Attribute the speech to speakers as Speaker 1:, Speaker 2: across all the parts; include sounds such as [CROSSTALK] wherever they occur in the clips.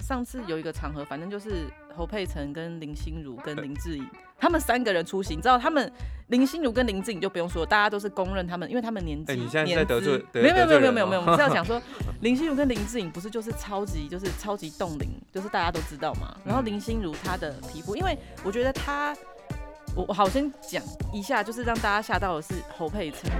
Speaker 1: 上次有一个场合，反正就是侯佩岑跟林心如跟林志颖他们三个人出席，你知道他们林心如跟林志颖就不用说，大家都是公认他们，因为他们年纪、
Speaker 2: 哎你
Speaker 1: 年
Speaker 2: 现在是在得罪得
Speaker 1: 没有没有没有没有没
Speaker 2: 得罪人
Speaker 1: 有
Speaker 2: 哦
Speaker 1: 没有，我们是要
Speaker 2: [LAUGHS]
Speaker 1: 讲说林心如跟林志颖不是就是超级就是超级冻龄，就是大家都知道嘛。然后
Speaker 2: 嗯
Speaker 1: 林心如她的皮肤，因为我觉得她。我我好先讲一下，就是让大家吓到的是侯佩岑，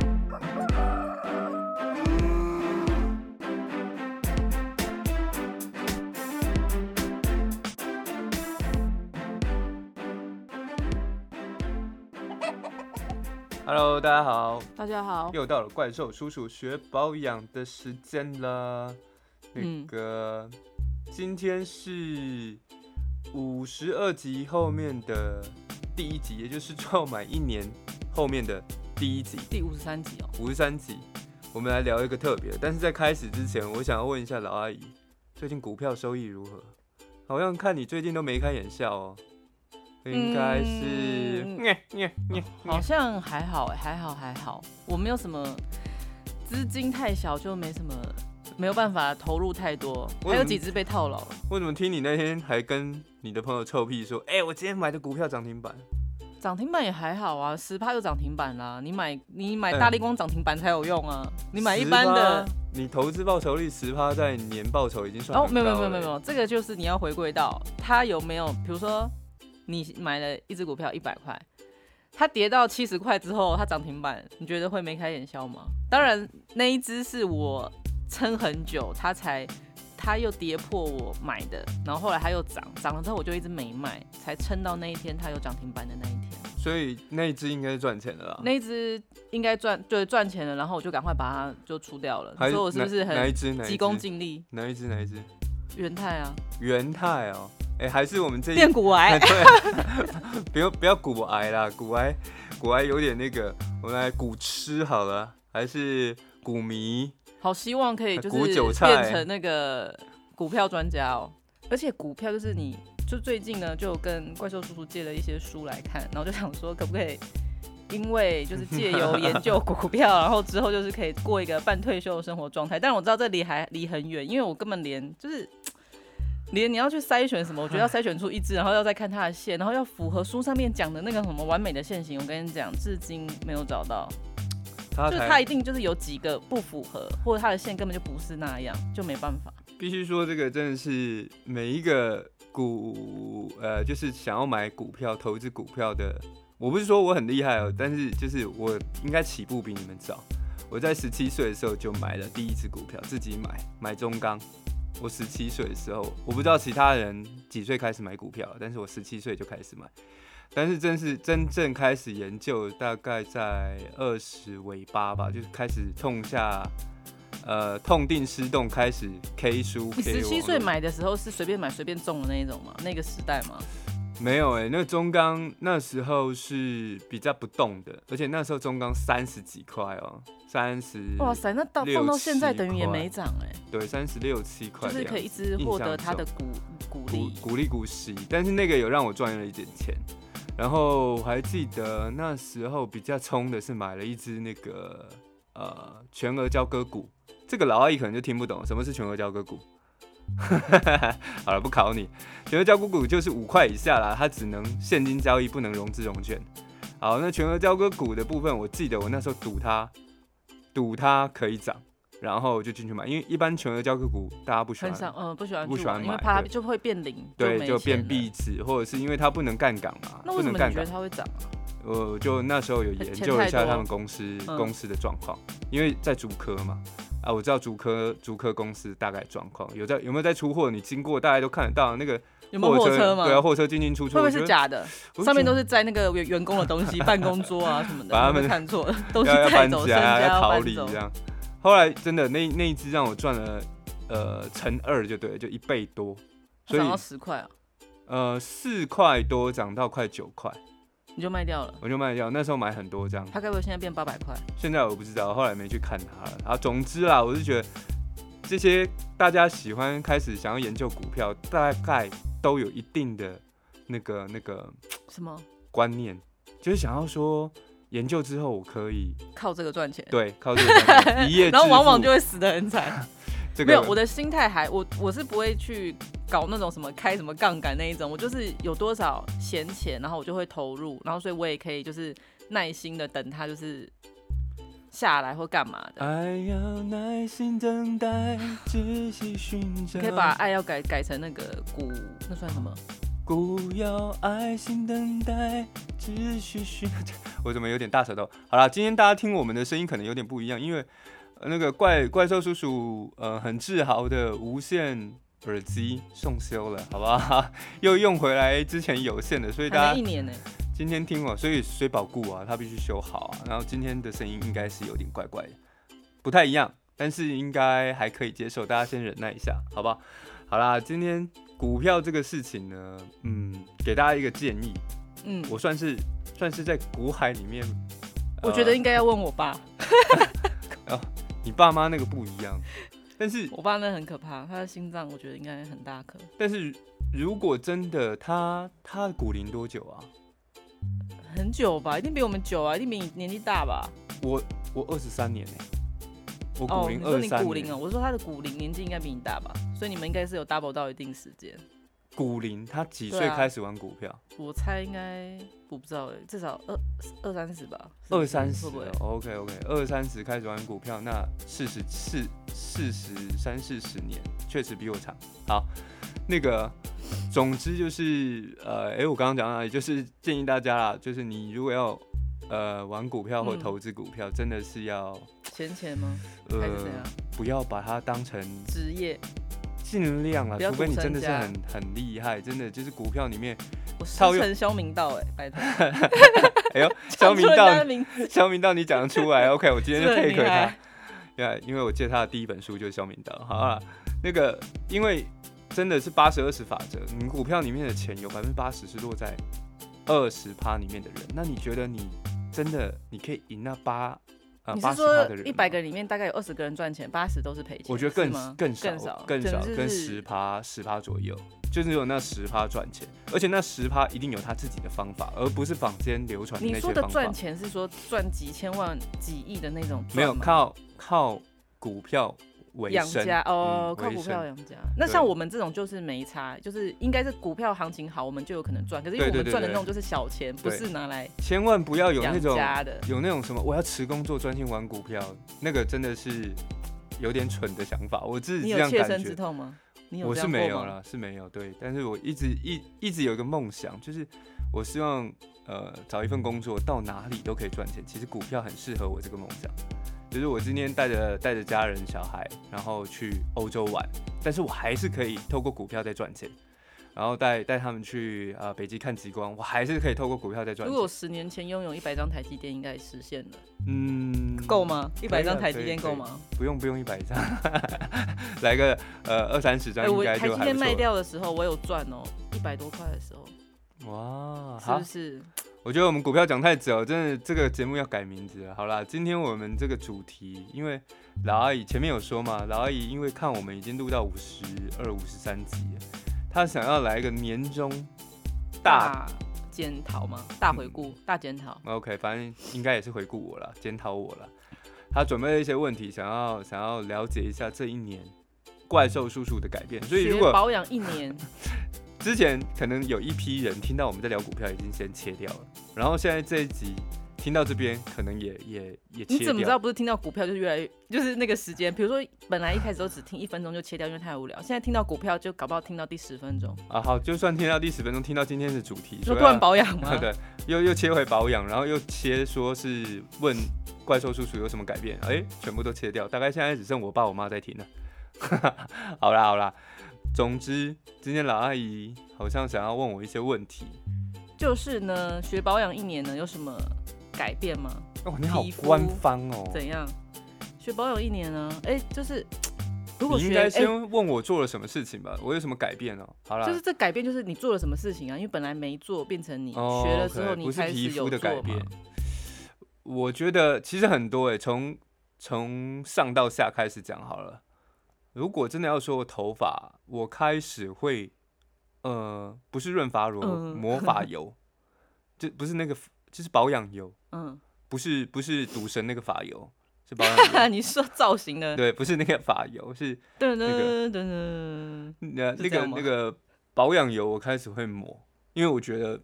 Speaker 2: Hello，大家好，
Speaker 1: 大家好，
Speaker 2: 又到了怪兽叔叔学保养的时间了。那
Speaker 1: 嗯
Speaker 2: 个，今天是五十二集后面的第一集，也就是超满一年后面的第一集，
Speaker 1: 第五十三集哦，
Speaker 2: 五十三集。我们来聊一个特别的，但是在开始之前，我想要问一下老阿姨，最近股票收益如何？好像看你最近都没开眼笑哦，应该是， [LAUGHS]
Speaker 1: 嗯
Speaker 2: 咩咩咩
Speaker 1: 好像还好欸，还好，还好，我没有什么资金太小，就没什么没有办法投入太多，
Speaker 2: 我
Speaker 1: 还有
Speaker 2: 怎么
Speaker 1: 几只被套牢了。
Speaker 2: 我怎么听你那天还跟你的朋友臭屁说，哎、我今天买的股票涨停板，
Speaker 1: 涨停板也还好啊，十趴就涨停板啦。你买你买
Speaker 2: 嗯
Speaker 1: 大力光涨停板才有用啊， [LAUGHS] 你买一般的
Speaker 2: 10%，你投资报酬率十趴，在年报酬已经算
Speaker 1: 哦，
Speaker 2: 很
Speaker 1: 没有没有
Speaker 2: 高
Speaker 1: 没有
Speaker 2: 了
Speaker 1: 没有没有，这个就是你要回归到它有没有，比如说你买了一只股票一百块，它跌到七十块之后，它涨停板，你觉得会眉开眼笑吗？当然，那一只是我撑很久，它才它又跌破我买的，然后后来它又涨，涨了之后我就一直没卖，才撑到那一天它有涨停板的那一天。
Speaker 2: 欸所以那一只应该是赚钱的啦。
Speaker 1: 那一只应该赚对赚钱了，然后我就赶快把它就出掉了。
Speaker 2: 还
Speaker 1: 你说我是不是
Speaker 2: 哪哪一
Speaker 1: 很
Speaker 2: 只？哪一只
Speaker 1: 急功？近利？
Speaker 2: 哪一只？哪一只？
Speaker 1: 元泰啊，
Speaker 2: 元泰哦，哎、还是我们这一
Speaker 1: 变股癌。
Speaker 2: [LAUGHS] 对，不要不要骨癌啦，骨癌骨癌有点那个，我们来骨吃好了，还是骨迷？
Speaker 1: 好希望可以就
Speaker 2: 股韭
Speaker 1: 是
Speaker 2: 菜
Speaker 1: 变成那个股票专家哦。而且股票就是你，就最近呢就跟怪兽叔叔借了一些书来看，然后就想说可不可以，因为就是借由研究股票，然后之后就是可以过一个半退休的生活状态。但我知道这离还离很远，因为我根本连就是。 [SNIFFS] 连你要去筛选什么，我觉得要筛选出一只，然后要再看它的线，然后要符合书上面讲的那个什么完美的线型。我跟你讲，至今没有找到。
Speaker 2: 他
Speaker 1: 就是
Speaker 2: 才
Speaker 1: 它一定就是有几个不符合，或者它的线根本就不是那样，就没办法。
Speaker 2: 必须说，这个真的是每一个股呃，就是想要买股票、投资股票的，我不是说我很厉害哦，但是就是我应该起步比你们早。我在十七岁的时候就买了第一只股票，自己买买中钢。我十七岁的时候，我不知道其他人几岁开始买股票，但是我十七岁就开始买。但是真是真正开始研究，大概在二十尾巴吧，就是开始痛下，呃，痛定思痛，开始 K 书。
Speaker 1: 你
Speaker 2: K
Speaker 1: 十七
Speaker 2: 网
Speaker 1: 岁
Speaker 2: 络
Speaker 1: 买的时候是随便买随便中的那一种吗？那个时代吗？
Speaker 2: 没有哎、那中钢那时候是比较不动的，而且那时候中钢三十几块哦，三十
Speaker 1: 哇塞，那到
Speaker 2: 六
Speaker 1: 放到现在
Speaker 2: 七
Speaker 1: 等于也
Speaker 2: 块
Speaker 1: 没涨哎、
Speaker 2: 对，三十六七块
Speaker 1: 就
Speaker 2: 的
Speaker 1: 是
Speaker 2: 样
Speaker 1: 可
Speaker 2: 子，
Speaker 1: 以一直获得它的鼓鼓
Speaker 2: 鼓
Speaker 1: 励。
Speaker 2: 鼓励股息，但是那个有让我赚了一点钱。然后我还记得那时候比较冲的是买了一只那个呃全额交割股，这个老阿姨可能就听不懂什么是全额交割股。 [LAUGHS] 好了，不考你。全额交割股就是五块以下啦，它只能现金交易，不能融资融券。好，那全额交割股的部分，我记得我那时候赌它，赌它可以涨，然后我就进去买，因为一般全额交割股大家不喜欢
Speaker 1: 很，少，嗯，不喜欢
Speaker 2: 不
Speaker 1: 去
Speaker 2: 喜欢
Speaker 1: 玩，因为
Speaker 2: 买
Speaker 1: 怕它
Speaker 2: 对
Speaker 1: 就会变零，
Speaker 2: 对，
Speaker 1: 没
Speaker 2: 就
Speaker 1: 钱
Speaker 2: 变
Speaker 1: 了
Speaker 2: 壁纸，或者是因为它不能杠杆嘛，
Speaker 1: 那为
Speaker 2: 不
Speaker 1: 什么
Speaker 2: 能
Speaker 1: 你
Speaker 2: 杠
Speaker 1: 觉得
Speaker 2: 杆。
Speaker 1: 它会涨啊？
Speaker 2: 我就那时候有研究一
Speaker 1: 钱太
Speaker 2: 下
Speaker 1: 多
Speaker 2: 他们公司
Speaker 1: 嗯
Speaker 2: 公司的状况，因为在竹科嘛，啊，我知道竹科竹科公司大概状况，有在有没有在出货，你经过大家都看得到那个
Speaker 1: 有没有货车吗？
Speaker 2: 对啊，货车进进出出，
Speaker 1: 会不会
Speaker 2: 我觉
Speaker 1: 是
Speaker 2: 得？
Speaker 1: 假的？
Speaker 2: 我就
Speaker 1: 上面
Speaker 2: 觉
Speaker 1: 都
Speaker 2: 得
Speaker 1: 是摘那个员员工的东
Speaker 2: [LAUGHS]
Speaker 1: 西，办公桌啊什么的，会
Speaker 2: 把他
Speaker 1: 不
Speaker 2: 们
Speaker 1: 会
Speaker 2: [LAUGHS]
Speaker 1: 看错了，东西
Speaker 2: 要要
Speaker 1: 带
Speaker 2: 搬
Speaker 1: 走，身
Speaker 2: 家，
Speaker 1: 家
Speaker 2: 要
Speaker 1: 要
Speaker 2: 逃
Speaker 1: 搬
Speaker 2: 离
Speaker 1: 走
Speaker 2: 这。样。后来真的那那一只让我赚了呃乘二就对了，就一倍多，所以
Speaker 1: 涨到十块啊，
Speaker 2: 呃四块多涨到快九块，
Speaker 1: 你就卖掉了。
Speaker 2: 我就卖掉。那时候买很多张，
Speaker 1: 它该不会现在变八百块？
Speaker 2: 现在我不知道，后来没去看它了。啊，总之啦，我是觉得这些大家喜欢开始想要研究股票，大概都有一定的那个那个
Speaker 1: 什么
Speaker 2: 观念，就是想要说研究之后我可以
Speaker 1: 靠这个赚钱？
Speaker 2: 对靠这个赚 [LAUGHS] 钱一夜致富，
Speaker 1: 然后往往就会死得很惨。
Speaker 2: 这个
Speaker 1: 没有，我的心态还我我是不会去搞那种什么开什么杠杆那一种，我就是有多少闲钱，然后我就会投入，然后所以我也可以就是耐心的等它就是下来或干 [LAUGHS] 嘛的。
Speaker 2: 爱要哎耐心等待，仔细寻找。
Speaker 1: 可以把爱要改改成那个鼓，那算什么？
Speaker 2: 故要爱心等待，只需寻。我怎么有点大舌头？好啦，今天大家听我们的声音可能有点不一样，因为呃那个怪怪兽叔叔呃很自豪的无线耳机送修了，好不好？ [LAUGHS] 又用回来之前有线的，所以大
Speaker 1: 还
Speaker 2: 家
Speaker 1: 没一年呢、
Speaker 2: 今天听哦我，所以水保固啊，它必须修好啊。然后今天的声音应该是有点怪怪的，不太一样，但是应该还可以接受，大家先忍耐一下，好不好？好啦，今天股票这个事情呢，嗯，给大家一个建议，
Speaker 1: 嗯，
Speaker 2: 我算是算是在股海里面，呃
Speaker 1: 我觉得应该要问我爸，
Speaker 2: 哦你爸妈那个不一样，但是
Speaker 1: 我爸那很可怕，他的心脏我觉得应该很大颗，
Speaker 2: 但是如果真的他他的股龄多久啊？
Speaker 1: 很久吧，一定比我们久啊，一定比你年纪大吧？
Speaker 2: 我我二十三年呢、我
Speaker 1: 哦
Speaker 2: 股，龄
Speaker 1: 你说
Speaker 2: 二
Speaker 1: 你
Speaker 2: 三
Speaker 1: 骨龄
Speaker 2: 年，
Speaker 1: 哦，我说他的骨龄年纪应该比你大吧，所以你们应该是有 double 到一定时间。
Speaker 2: 股龄他几岁
Speaker 1: 对啊
Speaker 2: 开始玩股票？
Speaker 1: 我猜应该我不知道哎，至少二二三十吧，是不
Speaker 2: 二
Speaker 1: 是
Speaker 2: 三十哦
Speaker 1: 会不会？
Speaker 2: ，OK OK，二三十开始玩股票，那四十四四十三四十年，确实比我长。好，那个，总之就是呃，诶，我刚刚讲到哪里？就是建议大家啦，就是你如果要呃玩股票或
Speaker 1: 嗯
Speaker 2: 投资股票，真的是要
Speaker 1: 钱钱吗？还是怎
Speaker 2: 呃
Speaker 1: 样？
Speaker 2: 不要把它当成
Speaker 1: 职业？
Speaker 2: 尽量啦，
Speaker 1: 不要
Speaker 2: 除非
Speaker 1: 赌
Speaker 2: 你真
Speaker 1: 身
Speaker 2: 的是
Speaker 1: 家
Speaker 2: 很很厉害，真的就是股票
Speaker 1: [LAUGHS]
Speaker 2: 里面，
Speaker 1: 我师
Speaker 2: 套用
Speaker 1: 承肖明道哎，拜托，
Speaker 2: 哎呦， [LAUGHS] 肖明
Speaker 1: 讲出人家
Speaker 2: 道
Speaker 1: 的，名字
Speaker 2: 肖明道你讲得
Speaker 1: [LAUGHS]
Speaker 2: 出来，OK，我今天
Speaker 1: 真
Speaker 2: 就
Speaker 1: 的很
Speaker 2: take
Speaker 1: 厉
Speaker 2: 他。
Speaker 1: 害。
Speaker 2: 对，因为我借他的第一本书就是《肖明道》。好啊，那个因为真的是八十二十法则，你股票里面的钱有百分之八十是落在二十趴里面的人，那你觉得你真的你可以赢那八呃
Speaker 1: 你
Speaker 2: 八
Speaker 1: 是
Speaker 2: 十
Speaker 1: 说
Speaker 2: 趴的人吗？
Speaker 1: 一百个人里面大概有二十个人赚钱，八十都是赔钱？
Speaker 2: 我觉得
Speaker 1: 是
Speaker 2: 更
Speaker 1: 吗
Speaker 2: 更
Speaker 1: 更
Speaker 2: 少
Speaker 1: 少
Speaker 2: 更
Speaker 1: 可
Speaker 2: 少
Speaker 1: 能就是
Speaker 2: 跟十趴十趴左右，就是有那十趴赚钱，而且那十趴一定有他自己的方法，而不是坊间流传的
Speaker 1: 你
Speaker 2: 那
Speaker 1: 说
Speaker 2: 些
Speaker 1: 的
Speaker 2: 方法
Speaker 1: 赚。钱是说赚几千万、几亿的那种赚吗，
Speaker 2: 没有靠靠股票为
Speaker 1: 养
Speaker 2: 生
Speaker 1: 家哦
Speaker 2: 嗯，
Speaker 1: 靠
Speaker 2: 为
Speaker 1: 股
Speaker 2: 生
Speaker 1: 票养家。那
Speaker 2: 对
Speaker 1: 像我们这种就是没差，就是应该是股票行情好，我们就有可能赚。可是因为
Speaker 2: 对
Speaker 1: 我
Speaker 2: 对
Speaker 1: 们
Speaker 2: 对
Speaker 1: 赚的
Speaker 2: 对
Speaker 1: 那种就是小钱，不
Speaker 2: 对
Speaker 1: 是拿来
Speaker 2: 千万不要有那
Speaker 1: 养
Speaker 2: 种
Speaker 1: 家的。
Speaker 2: 有那种什么我要辞工作专心玩股票，那个真的是有点蠢的想法。我自
Speaker 1: 你
Speaker 2: 己这
Speaker 1: 有
Speaker 2: 样
Speaker 1: 切身
Speaker 2: 感
Speaker 1: 之
Speaker 2: 觉，
Speaker 1: 痛吗？你有
Speaker 2: 我
Speaker 1: 这
Speaker 2: 是
Speaker 1: 样
Speaker 2: 没
Speaker 1: 过
Speaker 2: 有
Speaker 1: 吗？
Speaker 2: 啦，是没有对。但是我一直一一直有一个梦想，就是我希望呃找一份工作，到哪里都可以赚钱。其实股票很适合我这个梦想。就是我今天带着带着家人小孩，然后去欧洲玩，但是我还是可以透过股票在赚钱，然后带带他们去呃北极看极光，我还是可以透过股票在赚
Speaker 1: 如
Speaker 2: 钱。
Speaker 1: 果我十年前拥有一百张台积电，应该实现了，
Speaker 2: 嗯，
Speaker 1: 够吗？一百张台积
Speaker 2: 可以
Speaker 1: 电够
Speaker 2: 可以
Speaker 1: 吗？
Speaker 2: 不用不用一百张， [LAUGHS] 来个呃二三十张
Speaker 1: 哎，
Speaker 2: 应
Speaker 1: 我
Speaker 2: 该
Speaker 1: 台
Speaker 2: 就
Speaker 1: 积
Speaker 2: 还
Speaker 1: 电
Speaker 2: 不
Speaker 1: 卖
Speaker 2: 错。
Speaker 1: 掉的时候，我有赚哦，一百多块的时候，
Speaker 2: 哇，
Speaker 1: 是
Speaker 2: 好
Speaker 1: 不，是？
Speaker 2: 我觉得我们股票讲太久，真的这个节目要改名字了。好啦，今天我们这个主题，因为老阿姨前面有说嘛，老阿姨因为看我们已经录到五十二、五十三集了，她想要来一个年终大。
Speaker 1: 检讨吗？大回顾、大检讨。
Speaker 2: OK，反正应该也是回顾我了，检讨我了。她准备了一些问题，想要想要了解一下这一年怪兽叔叔的改变。所以如
Speaker 1: 学
Speaker 2: 果
Speaker 1: 保养一年，
Speaker 2: 之前可能有一批人听到我们在聊股票，已经先切掉了，然后现在这一集听到这边，可能也也也切掉。
Speaker 1: 你怎么知道不是听到股票就是越来越就是那个时间？比如说本来一开始都只听一分钟就切掉，因为太无聊。现在听到股票就搞不好听到第十分钟，
Speaker 2: 啊？好，就算听到第十分钟，听到今天的主题，
Speaker 1: 你说
Speaker 2: 说
Speaker 1: 突然
Speaker 2: 要
Speaker 1: 保养
Speaker 2: [LAUGHS]
Speaker 1: 啊吗？
Speaker 2: 对，又又切回保养，然后又切说是问怪兽叔叔有什么改变，哎、全部都切掉，大概现在只剩我爸我妈在听了。 [LAUGHS] 好啦好啦，总之今天老阿姨好像想要问我一些问题。
Speaker 1: 就是呢，学保养一年呢有什么改变吗？
Speaker 2: 哦，你好
Speaker 1: 皮肤
Speaker 2: 官方哦。
Speaker 1: 怎样？学保养一年呢？哎、就是如果
Speaker 2: 你应
Speaker 1: 学
Speaker 2: 该
Speaker 1: 哎、
Speaker 2: 先问我做了什么事情吧，我有什么改变哦？好啦，
Speaker 1: 就是这改变就是你做了什么事情啊？因为本来没做，变成你、
Speaker 2: 哦
Speaker 1: 学了之后
Speaker 2: OK，
Speaker 1: 你
Speaker 2: 不是
Speaker 1: 开
Speaker 2: 皮
Speaker 1: 始
Speaker 2: 肤
Speaker 1: 有
Speaker 2: 的改
Speaker 1: 做嘛
Speaker 2: 变。我觉得其实很多诶、欸从从上到下开始讲好了。如果真的要说我头发，我开始会，呃，不是润发乳，
Speaker 1: 嗯
Speaker 2: 魔法油，
Speaker 1: [LAUGHS]
Speaker 2: 就不是那个，就是保养油，
Speaker 1: 嗯，，
Speaker 2: 不是不是赌神那个发油，是保养油
Speaker 1: [LAUGHS] 你说造型的，
Speaker 2: 对，不是那个发油，是
Speaker 1: 噔
Speaker 2: 那
Speaker 1: 噔噔噔，
Speaker 2: 那
Speaker 1: 是
Speaker 2: 呃那
Speaker 1: 这
Speaker 2: 个
Speaker 1: 样吗
Speaker 2: 那个保养油，我开始会抹，因为我觉得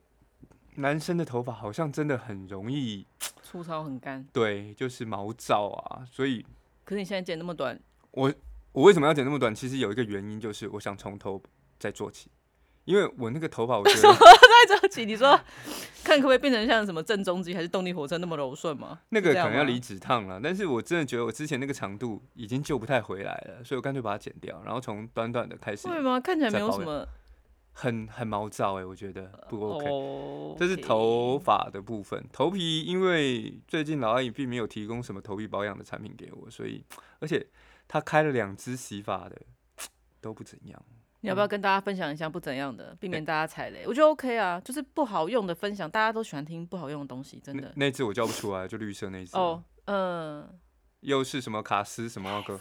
Speaker 2: 男生的头发好像真的很容易，
Speaker 1: 粗糙很干。
Speaker 2: 对，就是毛躁啊，所以
Speaker 1: 可是你现在剪那么短，
Speaker 2: 我我为什么要剪那么短？其实有一个原因就是我想从头再做起，因为我那个头发我
Speaker 1: [LAUGHS]
Speaker 2: 觉得
Speaker 1: 在这起你说看可不可以变成像什么正中肌还是动力火车那么柔顺吗？
Speaker 2: 那
Speaker 1: 是这
Speaker 2: 个可
Speaker 1: 样
Speaker 2: 能要
Speaker 1: 吗
Speaker 2: 离止烫了，但是我真的觉得我之前那个长度已经救不太回来了，所以我干脆把它剪掉，然后从短短的开始，
Speaker 1: 会吗？看起来没有
Speaker 2: 再
Speaker 1: 什
Speaker 2: 保养
Speaker 1: 么
Speaker 2: 很很毛躁哎、我觉得不 OK。
Speaker 1: 哦。
Speaker 2: 这是头发的部分，头皮因为最近老阿姨并没有提供什么头皮保养的产品给我，所以而且她开了两支洗发的，都不怎样。
Speaker 1: 你
Speaker 2: 嗯
Speaker 1: 要不要跟大家分享一下不怎样的，避免大家踩雷？我觉得 OK 啊，就是不好用的分享，大家都喜欢听不好用的东西，真
Speaker 2: 那
Speaker 1: 的。
Speaker 2: 那支我叫不出来，就绿色那支。
Speaker 1: 哦，，嗯、
Speaker 2: 又是什么卡斯什么歌？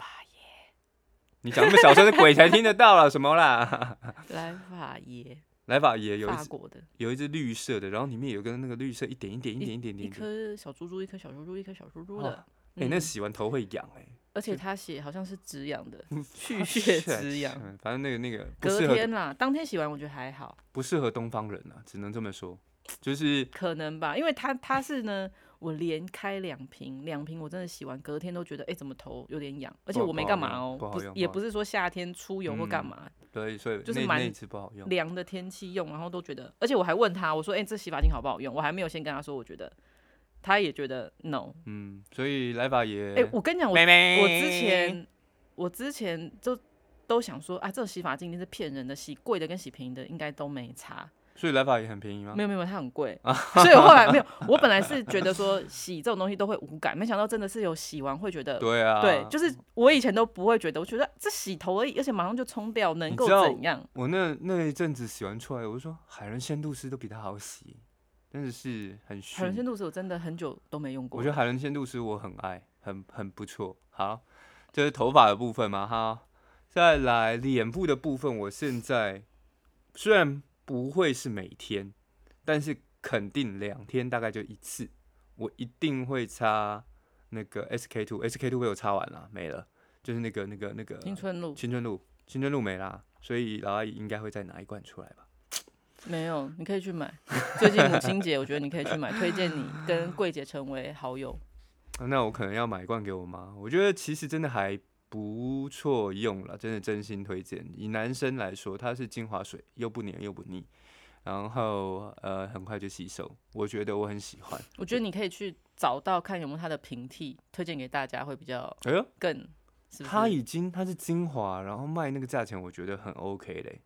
Speaker 2: 你讲那么小声的鬼才听得到了，什么啦？ [LAUGHS]
Speaker 1: 来法耶，
Speaker 2: 来法也有一
Speaker 1: 法
Speaker 2: 支
Speaker 1: 国的，
Speaker 2: 有一支绿色的，然后里面有个那个绿色一点一点一点一点
Speaker 1: 一
Speaker 2: 点点。
Speaker 1: 颗嗯小猪猪，一颗小猪猪，一颗小猪猪
Speaker 2: 哦
Speaker 1: 的。
Speaker 2: 哎、那洗完头会痒哎、
Speaker 1: 而且他写好像是止痒
Speaker 2: [LAUGHS]
Speaker 1: 的，去
Speaker 2: 啊
Speaker 1: 血
Speaker 2: 是啊
Speaker 1: 止痒。
Speaker 2: 嗯反正那个那个 [LAUGHS] 不
Speaker 1: 隔
Speaker 2: 适合
Speaker 1: 天啦，当天洗完我觉得还好，
Speaker 2: 不适合东方人啊，只能这么说。就是
Speaker 1: 可能吧，因为他他是呢，我连开两瓶，两瓶我真的洗完，隔天都觉得哎、怎么头有点痒，而且
Speaker 2: 不
Speaker 1: 我没
Speaker 2: 不好
Speaker 1: 干嘛
Speaker 2: 用
Speaker 1: 哦、
Speaker 2: 不好
Speaker 1: 不是
Speaker 2: 用
Speaker 1: 也
Speaker 2: 不好
Speaker 1: 不是说夏天出油或干
Speaker 2: 嗯
Speaker 1: 嘛，
Speaker 2: 对，所以
Speaker 1: 就是
Speaker 2: 那
Speaker 1: 蛮
Speaker 2: 那一支不好用。
Speaker 1: 凉的天气用，然后都觉得，而且我还问他，我说哎、这洗发精好不好用？我还没有先跟他说，我觉得他也觉得 no，
Speaker 2: 嗯，所以来吧也，
Speaker 1: 哎、我跟你讲，我
Speaker 2: 妹妹
Speaker 1: 我之前我之前就都想说啊，这个洗发精一定是骗人的，洗贵的跟洗便宜的应该都没差。
Speaker 2: 所以来吧也很便宜吗
Speaker 1: 没？有没有，它很贵，
Speaker 2: 啊
Speaker 1: 所以我后来没有。我本来是觉得说洗这种东西都会无感，没想到真的是有洗完会觉得，
Speaker 2: 对啊，
Speaker 1: 对，就是我以前都不会觉得，我觉得这洗头而已，而且马上就冲掉，能
Speaker 2: 你
Speaker 1: 够
Speaker 2: 知道
Speaker 1: 怎样？
Speaker 2: 我那那一阵子洗完出来，我就说海伦仙度丝都比它好洗，真的是很
Speaker 1: 海伦仙
Speaker 2: 逊。
Speaker 1: 度是我真的很久都没用过，
Speaker 2: 我觉得海伦仙度丝我很爱，很很不错。好，这是头发的部分嘛哈，再来脸部的部分，我现在虽然不会是每天，但是肯定两天大概就一次，我一定会擦那个 SK two SK two 被我擦完了，没了，就是那个那个那个
Speaker 1: 青春露
Speaker 2: 青春露青春露没啦，所以老阿姨应该会再拿一罐出来吧。
Speaker 1: 没有，你可以去买。最近母亲节，我觉得你可以去买，推荐你跟桂姐成为好友。
Speaker 2: 那我可能要买一罐给我妈。我觉得其实真的还不错用了，真的真心推荐。以男生来说，它是精华水，又不黏又不腻，然后呃很快就吸收，我觉得我很喜欢。
Speaker 1: 我觉得你可以去找到看有没有它的平替，推荐给大家会比较
Speaker 2: 哎呦，
Speaker 1: 更是不
Speaker 2: 它
Speaker 1: 是？
Speaker 2: 已经它是精华，然后卖那个价钱，我觉得很 OK 嘞、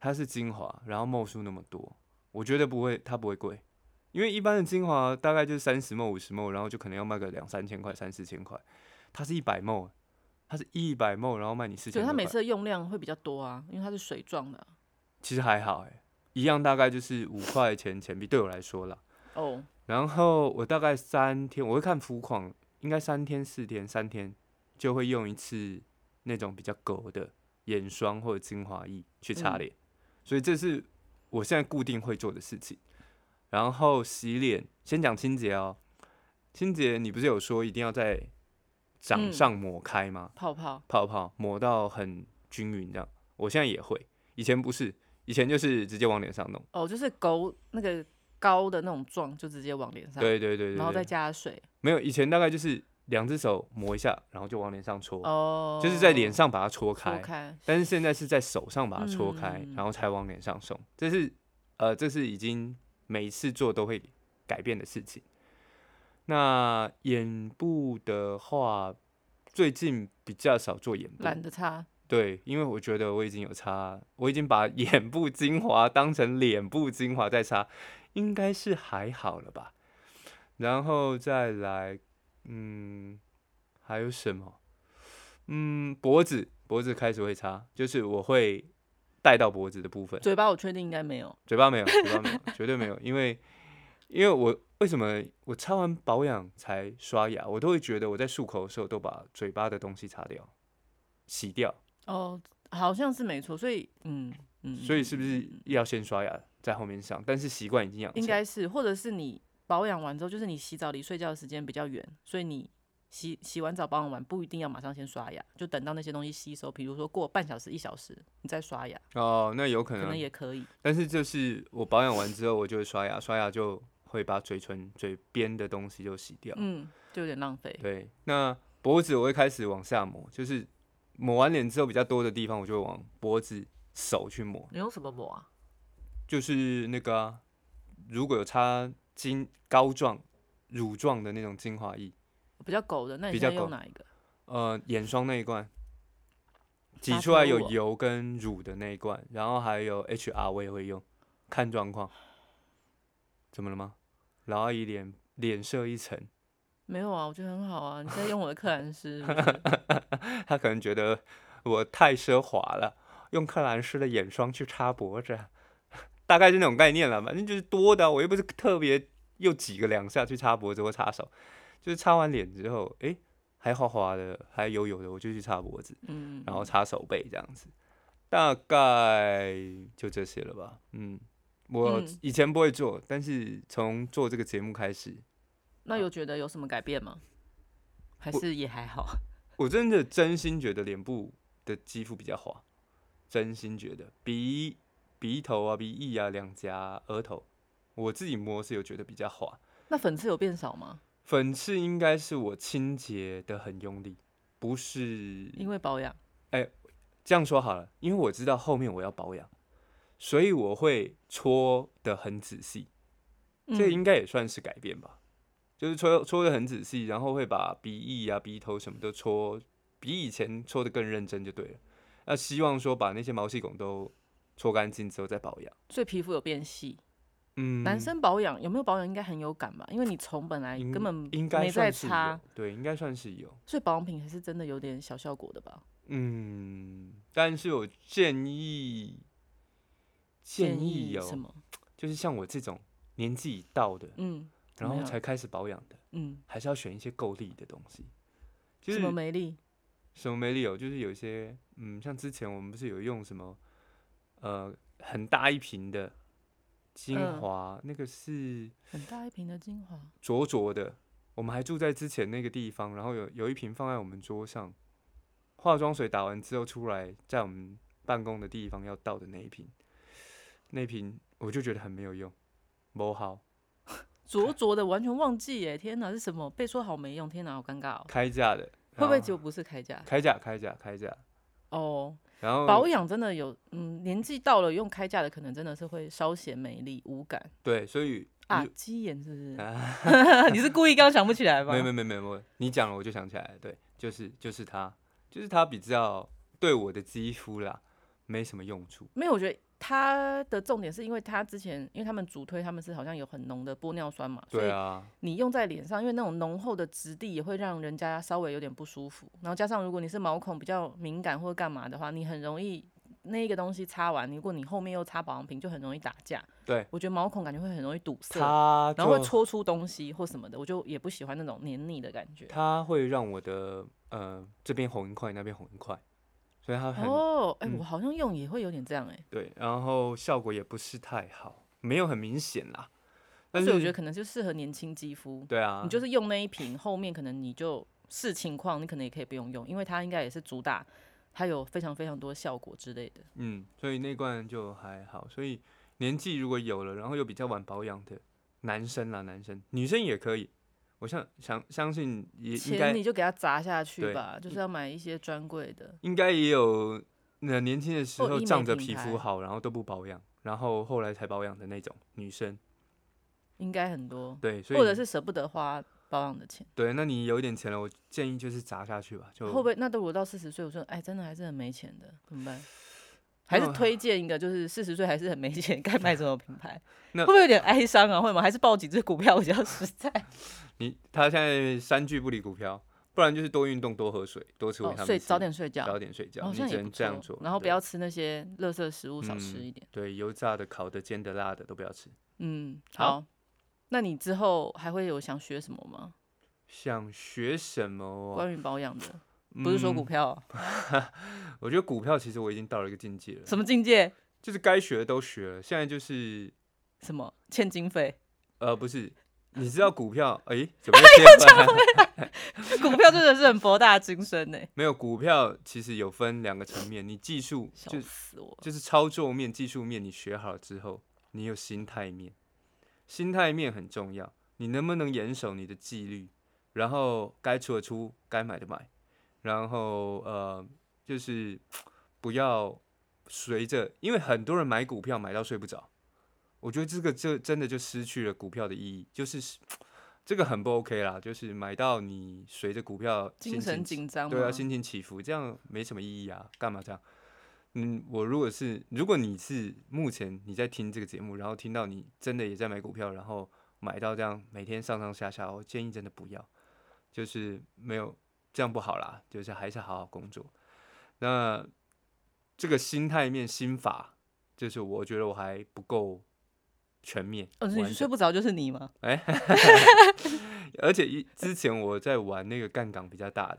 Speaker 2: 它是精华，然后墨数那么多，我觉得不会，它不会贵。因为一般的精华大概就是三十毛、五十毛，然后就可能要卖个两三千块、三四千块。它是一百毛，它是一百毛，然后卖你四
Speaker 1: 就
Speaker 2: 千。
Speaker 1: 它每次的用量会比较多啊，因为它是水状的啊
Speaker 2: 其实还好哎、一样大概就是五块钱钱币对我来说啦。
Speaker 1: 哦。
Speaker 2: 然后我大概三天，我会看浮况，应该三天四天三天就会用一次那种比较狗的眼霜或者精华液去
Speaker 1: 嗯
Speaker 2: 擦脸，所以这是我现在固定会做的事情。然后洗脸，先讲清洁哦。清洁，你不是有说一定要在掌
Speaker 1: 嗯
Speaker 2: 上抹开吗？
Speaker 1: 泡泡，
Speaker 2: 泡泡抹到很均匀这样。我现在也会，以前不是，以前就是直接往脸上弄。
Speaker 1: 哦，就是勾那个膏的那种状，就直接往脸上，
Speaker 2: 对对对对
Speaker 1: 然后再
Speaker 2: 对
Speaker 1: 加水，
Speaker 2: 没有以前大概就是两只手抹一下，然后就往脸上搓，
Speaker 1: 哦，
Speaker 2: 就是在脸上把它搓
Speaker 1: 搓
Speaker 2: 开。
Speaker 1: 开，
Speaker 2: 但是现在是在手上把它搓开，
Speaker 1: 嗯
Speaker 2: 然后才往脸上送。这是呃，这是已经每一次做都会改变的事情。那眼部的话，最近比较少做眼部，
Speaker 1: 懒得擦，
Speaker 2: 对，因为我觉得我已经有擦，我已经把 [LAUGHS] 眼部精华当成脸部精华在擦，应该是还好了吧。然后再来，嗯，还有什么？嗯，脖子，脖子开始会擦，就是我会带到脖子的部分，
Speaker 1: 嘴巴我确定应该没有，
Speaker 2: 嘴巴没有，嘴巴没有，绝对没有，因为因为我为什么我擦完保养才刷牙，我都会觉得我在漱口的时候都把嘴巴的东西擦掉，洗掉。
Speaker 1: 哦，好像是没错，所以嗯嗯，
Speaker 2: 所以
Speaker 1: 嗯
Speaker 2: 是不
Speaker 1: 嗯
Speaker 2: 是要先刷牙在后面上？但是习惯已经养成，
Speaker 1: 应该是，或者是你保养完之后，就是你洗澡离睡觉的时间比较远，所以你洗洗完澡、保养完不一定要马上先刷牙，就等到那些东西吸收，比如说过半小时、一小时你再刷牙，
Speaker 2: 哦，那有可
Speaker 1: 可
Speaker 2: 能，
Speaker 1: 能也可以。
Speaker 2: 但是就是我保养完之后，我就会刷牙，刷牙就会把嘴唇嘴边的东西就洗掉。
Speaker 1: 嗯，就有点浪费。
Speaker 2: 对，那脖子我会开始往下抹，就是抹完脸之后比较多的地方，我就会往脖子、手去抹，
Speaker 3: 你用什么抹啊？
Speaker 2: 就是那个啊、如果有擦精膏状、乳状的那种精华液，
Speaker 1: 比较狗的，那你
Speaker 2: 比
Speaker 1: 现在
Speaker 2: 较狗
Speaker 1: 用哪一个？
Speaker 2: 呃，眼霜那一罐。挤
Speaker 1: 发
Speaker 2: 出来
Speaker 1: 出
Speaker 2: 有
Speaker 1: 我
Speaker 2: 油跟乳的那一罐，然后还有 HR 我也会用，看状况。怎么了吗？老阿姨脸脸色一沉， [LAUGHS]
Speaker 1: 没有啊，我觉得很好啊。你在用我的克兰诗，
Speaker 2: [LAUGHS] 她可能觉得我太奢华了，用克兰诗的眼霜去擦脖子， [LAUGHS] 大概是那种概念了。反正就是多的啊、我又不是特别又挤个两下去擦脖子或擦手，就是擦完脸之后，诶，还滑滑的，还油油的，我就去擦脖子。
Speaker 1: 嗯，
Speaker 2: 然后擦手背这样子，大概就这些了吧。嗯，我
Speaker 1: 嗯
Speaker 2: 以前不会做，但是从做这个节目开始，
Speaker 1: 那有觉得有什么改变吗？还
Speaker 2: 我
Speaker 1: 是也还好？ [LAUGHS]
Speaker 2: 我真的真心觉得脸部的肌肤比较滑，真心觉得鼻鼻头啊、鼻翼啊、两颊啊、额头，我自己摸是有觉得比较滑。
Speaker 1: 那粉刺有变少吗？
Speaker 2: 粉刺应该是我清洁的很用力，不是
Speaker 1: 因为保养，
Speaker 2: 这样说好了，因为我知道后面我要保养，所以我会搓的很仔细。
Speaker 1: 嗯
Speaker 2: 这应该也算是改变吧，就是搓搓的很仔细，然后会把鼻翼啊、鼻头什么都搓，比以前搓的更认真就对了。那希望说把那些毛细孔都搓干净之后再保养。
Speaker 1: 所以皮肤有变细。
Speaker 2: 嗯，
Speaker 1: 男生保养有没有保养应该很有感吧？因为你从本来
Speaker 2: 应
Speaker 1: 根本
Speaker 2: 应该
Speaker 1: 没在
Speaker 2: 算是有
Speaker 1: 擦，，
Speaker 2: 对，应该算是有。
Speaker 1: 所以保养品还是真的有点小效果的吧？
Speaker 2: 嗯，但是我建议建议有、
Speaker 1: 什么？
Speaker 2: 就是像我这种年纪已到的，
Speaker 1: 嗯，怎
Speaker 2: 然
Speaker 1: 么
Speaker 2: 后
Speaker 1: 样
Speaker 2: 才开始保养的，
Speaker 1: 嗯，
Speaker 2: 还是要选一些够力的东西。就是
Speaker 1: 什么美丽？
Speaker 2: 什么没理由，就是有一些，嗯，像之前我们不是有用什么，呃，很大一瓶的精
Speaker 1: 嗯
Speaker 2: 华，那个是
Speaker 1: 很大一瓶的精华，
Speaker 2: 灼灼的。我们还住在之前那个地方，然后有有一瓶放在我们桌上，化妆水打完之后出来，在我们办公的地方要倒的那一瓶，那瓶我就觉得很没有用，不好，
Speaker 1: 灼灼的，完全忘记耶！天哪，是什么？被说好没用，天哪，好尴尬
Speaker 2: [LAUGHS]
Speaker 1: 哦。
Speaker 2: 开价的，
Speaker 1: 会不会
Speaker 2: 然后
Speaker 1: 结果不是开价？
Speaker 2: 开价开价开价？
Speaker 1: 哦，
Speaker 2: 然后
Speaker 1: 保养真的有，嗯，年纪到了用开价的，可能真的是会稍显美丽无感
Speaker 2: 对，所以
Speaker 1: 啊
Speaker 2: 你。
Speaker 1: 鸡眼是不是？[LAUGHS]
Speaker 2: 啊
Speaker 1: 你是故意刚刚想不起来吧？
Speaker 2: 没没没没没，你讲了我就想起来了，对，就是就是它，就是它比较对我的肌肤啦没什么用处。
Speaker 1: 没有，我觉得它的重点是因为它之前，因为他们主推他们是好像有很浓的玻尿酸嘛，所
Speaker 2: 对
Speaker 1: 以
Speaker 2: 啊，
Speaker 1: 你用在脸上，因为那种浓厚的质地也会让人家稍微有点不舒服。然后加上如果你是毛孔比较敏感或者干嘛的话，你很容易那个东西擦完，如果你后面又擦保养品，就很容易打架。
Speaker 2: 对，
Speaker 1: 我觉得毛孔感觉会很容易堵塞，
Speaker 2: 它
Speaker 1: 然后会
Speaker 2: 就
Speaker 1: 搓出东西或什么的，我就也不喜欢那种黏腻的感觉。
Speaker 2: 它会让我的呃这边红一块，那边红一块，所以它很、
Speaker 1: 哦，哎、
Speaker 2: 嗯
Speaker 1: 我好像用也会有点这样哎、
Speaker 2: 对，然后效果也不是太好，没有很明显啦。但
Speaker 1: 所以
Speaker 2: 是
Speaker 1: 我觉得可能就适合年轻肌肤。
Speaker 2: 对啊，
Speaker 1: 你就是用那一瓶，后面可能你就视情况，你可能也可以不用用，因为它应该也是主打，它有非常非常多效果之类的。
Speaker 2: 嗯，所以那罐就还好。所以年纪如果有了，然后又比较晚保养的男生啦，男生女生也可以。我相相相信也应该
Speaker 1: 钱你就给它砸下去
Speaker 2: 对嗯
Speaker 1: 吧，就是要买一些专柜的。
Speaker 2: 应该也有那年轻的时
Speaker 1: 或
Speaker 2: 候
Speaker 1: 哦医美
Speaker 2: 仗着
Speaker 1: 品
Speaker 2: 皮肤
Speaker 1: 牌
Speaker 2: 好，然后都不保养，然后后来才保养的那种女生。
Speaker 1: 应该很多，
Speaker 2: 对，所以
Speaker 1: 或者是舍不得花保养的钱，
Speaker 2: 对，那你有一点钱了，我建议就是砸下去吧。就
Speaker 1: 会不会？那都我到四十岁，我说哎，真的还是很没钱的，怎么办？还是
Speaker 2: 那
Speaker 1: 推荐一个，就是四十岁还是很没钱，该买什么品牌？
Speaker 2: [LAUGHS] 那
Speaker 1: 会不会有点哀伤啊？会吗？还是报几只股票比较实
Speaker 2: [LAUGHS]
Speaker 1: 在？
Speaker 2: 你他现在三句不离股票，不然就是多运动、多喝水、多吃维
Speaker 1: 哦
Speaker 2: 他，
Speaker 1: 睡
Speaker 2: 命 C，
Speaker 1: 早点睡觉，
Speaker 2: 早点睡觉，
Speaker 1: 好
Speaker 2: 你
Speaker 1: 像
Speaker 2: 只
Speaker 1: 也不
Speaker 2: 能这样
Speaker 1: 错
Speaker 2: 做。
Speaker 1: 然后不
Speaker 2: 对
Speaker 1: 要吃那些垃圾食物，少吃
Speaker 2: 嗯
Speaker 1: 一点。
Speaker 2: 对油炸的、烤的、煎的、辣的都不要吃。
Speaker 1: 嗯，
Speaker 2: 好
Speaker 1: 好。那你之后还会有想学什么吗？
Speaker 2: 想学什么哦？
Speaker 1: 关于保养的，不是说股
Speaker 2: 嗯
Speaker 1: 票啊，
Speaker 2: [LAUGHS] 我觉得股票其实我已经到了一个境界了，
Speaker 1: 什么境界？
Speaker 2: 就是该学的都学了，现在就是
Speaker 1: 什么欠经费？ [LAUGHS]
Speaker 2: 呃，不是，你知道股票？哎、怎么又变回来？
Speaker 1: 股票真的是很博大精深呢、
Speaker 2: 没有股票其实有分两个层面，你技术
Speaker 1: 笑
Speaker 2: 就
Speaker 1: 死我！
Speaker 2: 就是操作面、技术面，你学好之后，你有心态面，心态面很重要，你能不能严守你的纪律，然后该出的出，该买的买，然后呃，就是不要随着，因为很多人买股票买到睡不着，我觉得这个这真的就失去了股票的意义，就是是这个很不 OK 啦，就是买到你随着股票
Speaker 1: 精神紧张吗？
Speaker 2: 对啊，心情起伏，这样没什么意义啊，干嘛这样？嗯，我如果是，如果你是目前你在听这个节目，然后听到你真的也在买股票，然后买到这样每天上上下下，我建议真的不要，就是没有这样不好啦，就是还是好好工作。那这个心态面心法，就是我觉得我还不够全面，
Speaker 1: 哦，
Speaker 2: 完
Speaker 1: 你
Speaker 2: 整
Speaker 1: 睡不着就是你吗？
Speaker 2: 哎
Speaker 1: [LAUGHS]
Speaker 2: 而且一之前我在玩那个杠杆比较大的，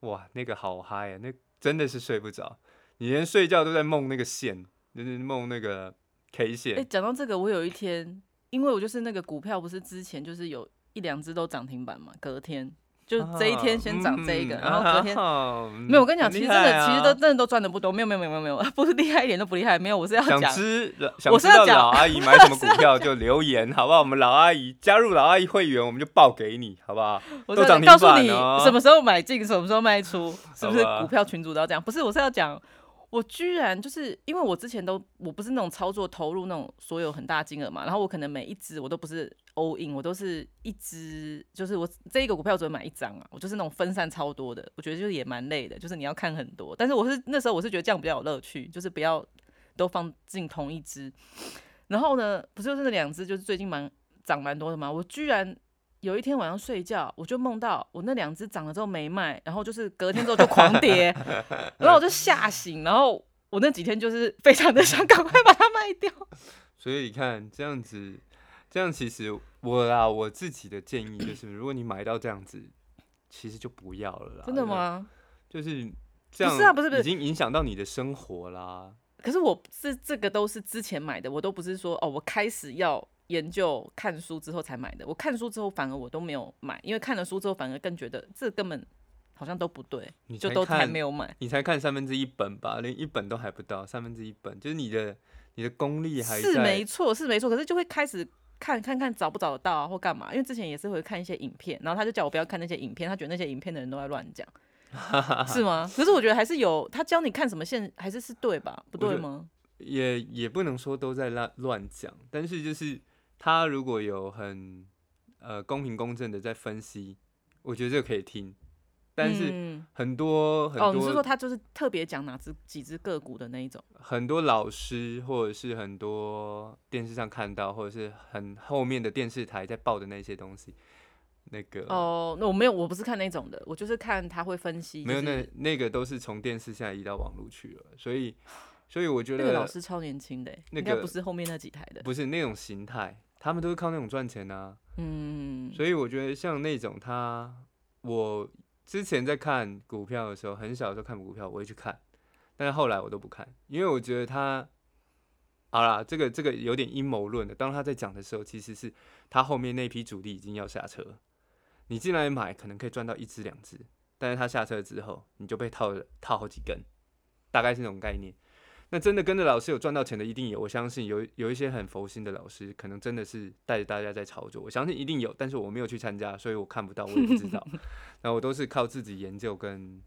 Speaker 2: 哇，那个好嗨啊！那真的是睡不着，你连睡觉都在梦那个线，就是梦那个 K 线。
Speaker 1: 哎、讲到这个，我有一天，因为我就是那个股票，不是之前就是有一两只都涨停板嘛，隔天就这一天先涨这一个，
Speaker 2: 啊
Speaker 1: 然后隔天、
Speaker 2: 好
Speaker 1: 没有。我跟你讲，
Speaker 2: 啊很
Speaker 1: 其
Speaker 2: 厉
Speaker 1: 实真的，
Speaker 2: 害啊
Speaker 1: 其实都真的都赚的不多，没有没有没有没有，没有不是厉害一点都不厉害，没有，我是要
Speaker 2: 想
Speaker 1: 讲，
Speaker 2: 知想
Speaker 1: 我是
Speaker 2: 知
Speaker 1: 要
Speaker 2: 道
Speaker 1: 讲
Speaker 2: 老阿姨买什么股票就留言，好不好？我们老阿姨加入老阿姨会员，我们就报给你，好不好？
Speaker 1: 我
Speaker 2: 都
Speaker 1: 是
Speaker 2: 涨
Speaker 1: 要
Speaker 2: 停
Speaker 1: 告诉
Speaker 2: 板
Speaker 1: 你
Speaker 2: 哦
Speaker 1: 什么时候买进，什么时候卖出，是不是
Speaker 2: 好吧
Speaker 1: 股票群主都要这样？不是，我是要讲。我居然就是因为我之前都我不是那种操作投入那种所有很大金额嘛，然后我可能每一只我都不是 all in，我都是一只就是我这一个股票只会买一张啊，我就是那种分散超多的，我觉得就是也蛮累的，就是你要看很多，但是我是那时候我是觉得这样比较有乐趣，就是不要都放进同一只。然后呢，不是就是那两只就是最近蛮涨蛮多的嘛，我居然有一天晚上睡觉，我就梦到我那两只涨了之后没卖，然后就是隔天之后就狂跌，然后我就吓醒，然后我那几天就是非常的想赶快把它卖掉。
Speaker 2: 所以你看这样子，这样其实我啦，我自己的建议就是，如果你买到这样子，其实就不要了啦。
Speaker 1: 真的？吗？
Speaker 2: 就是这样，
Speaker 1: 是啊不是不是
Speaker 2: 已经影响到你的生活啦。
Speaker 1: 可是我是这个都是之前买的，我都不是说哦，我开始要研究看书之后才买的。我看书之后反而我都没有买，因为看了书之后反而更觉得这根本好像都不对，
Speaker 2: 你
Speaker 1: 就
Speaker 2: 才
Speaker 1: 都还
Speaker 2: 看
Speaker 1: 没有买。
Speaker 2: 你才看三分之一本吧，连一本都还不到，三分之一本就是你的你的功力还
Speaker 1: 是没
Speaker 2: 在。
Speaker 1: 错，是没错，可是就会开始看看看找不找得到啊，或干嘛？因为之前也是会看一些影片，然后他就叫我不要看那些影片，他觉得那些影片的人都在乱
Speaker 2: [LAUGHS]
Speaker 1: 讲，是吗？可是我觉得还是有他教你看什么线，还是是对吧？不
Speaker 2: 我觉
Speaker 1: 对
Speaker 2: 得
Speaker 1: 吗？
Speaker 2: 也也不能说都在乱乱讲，但是就是他如果有很呃公平公正的在分析，我觉得这个可以听。但是
Speaker 1: 嗯、
Speaker 2: 很多、很多、
Speaker 1: 哦，你是说他就是特别讲哪只几只个股的那一种？
Speaker 2: 很多老师或者是很多电视上看到，或者是很后面的电视台在报的那些东西，那个
Speaker 1: 哦，那我没有，我不是看那种的，我就是看他会分析，
Speaker 2: 没有
Speaker 1: 就是
Speaker 2: 那那个都是从电视现在移到网络去了，所以所以我觉
Speaker 1: 那个老
Speaker 2: 得
Speaker 1: 师超年轻的欸、
Speaker 2: 那
Speaker 1: 应该
Speaker 2: 个
Speaker 1: 不是后面那几台的，
Speaker 2: 不是那种形态，他们都是靠那种赚钱啊，
Speaker 1: 嗯，
Speaker 2: 所以我觉得像那种他，我之前在看股票的时候，很小的时候看股票，我会去看，但是后来我都不看，因为我觉得他，好啦，这个这个有点阴谋论的。当他在讲的时候，其实是他后面那批主力已经要下车，你进来买可能可以赚到一只两只，但是他下车之后，你就被套了套好几根，大概是那种概念。那真的跟着老师有赚到钱的，一定有。我相信有有一些很佛心的老师，可能真的是带着大家在操作。我相信一定有，但是我没有去参加，所以我看不到，我也不
Speaker 1: [LAUGHS]
Speaker 2: 知道。那我都是靠自己研究跟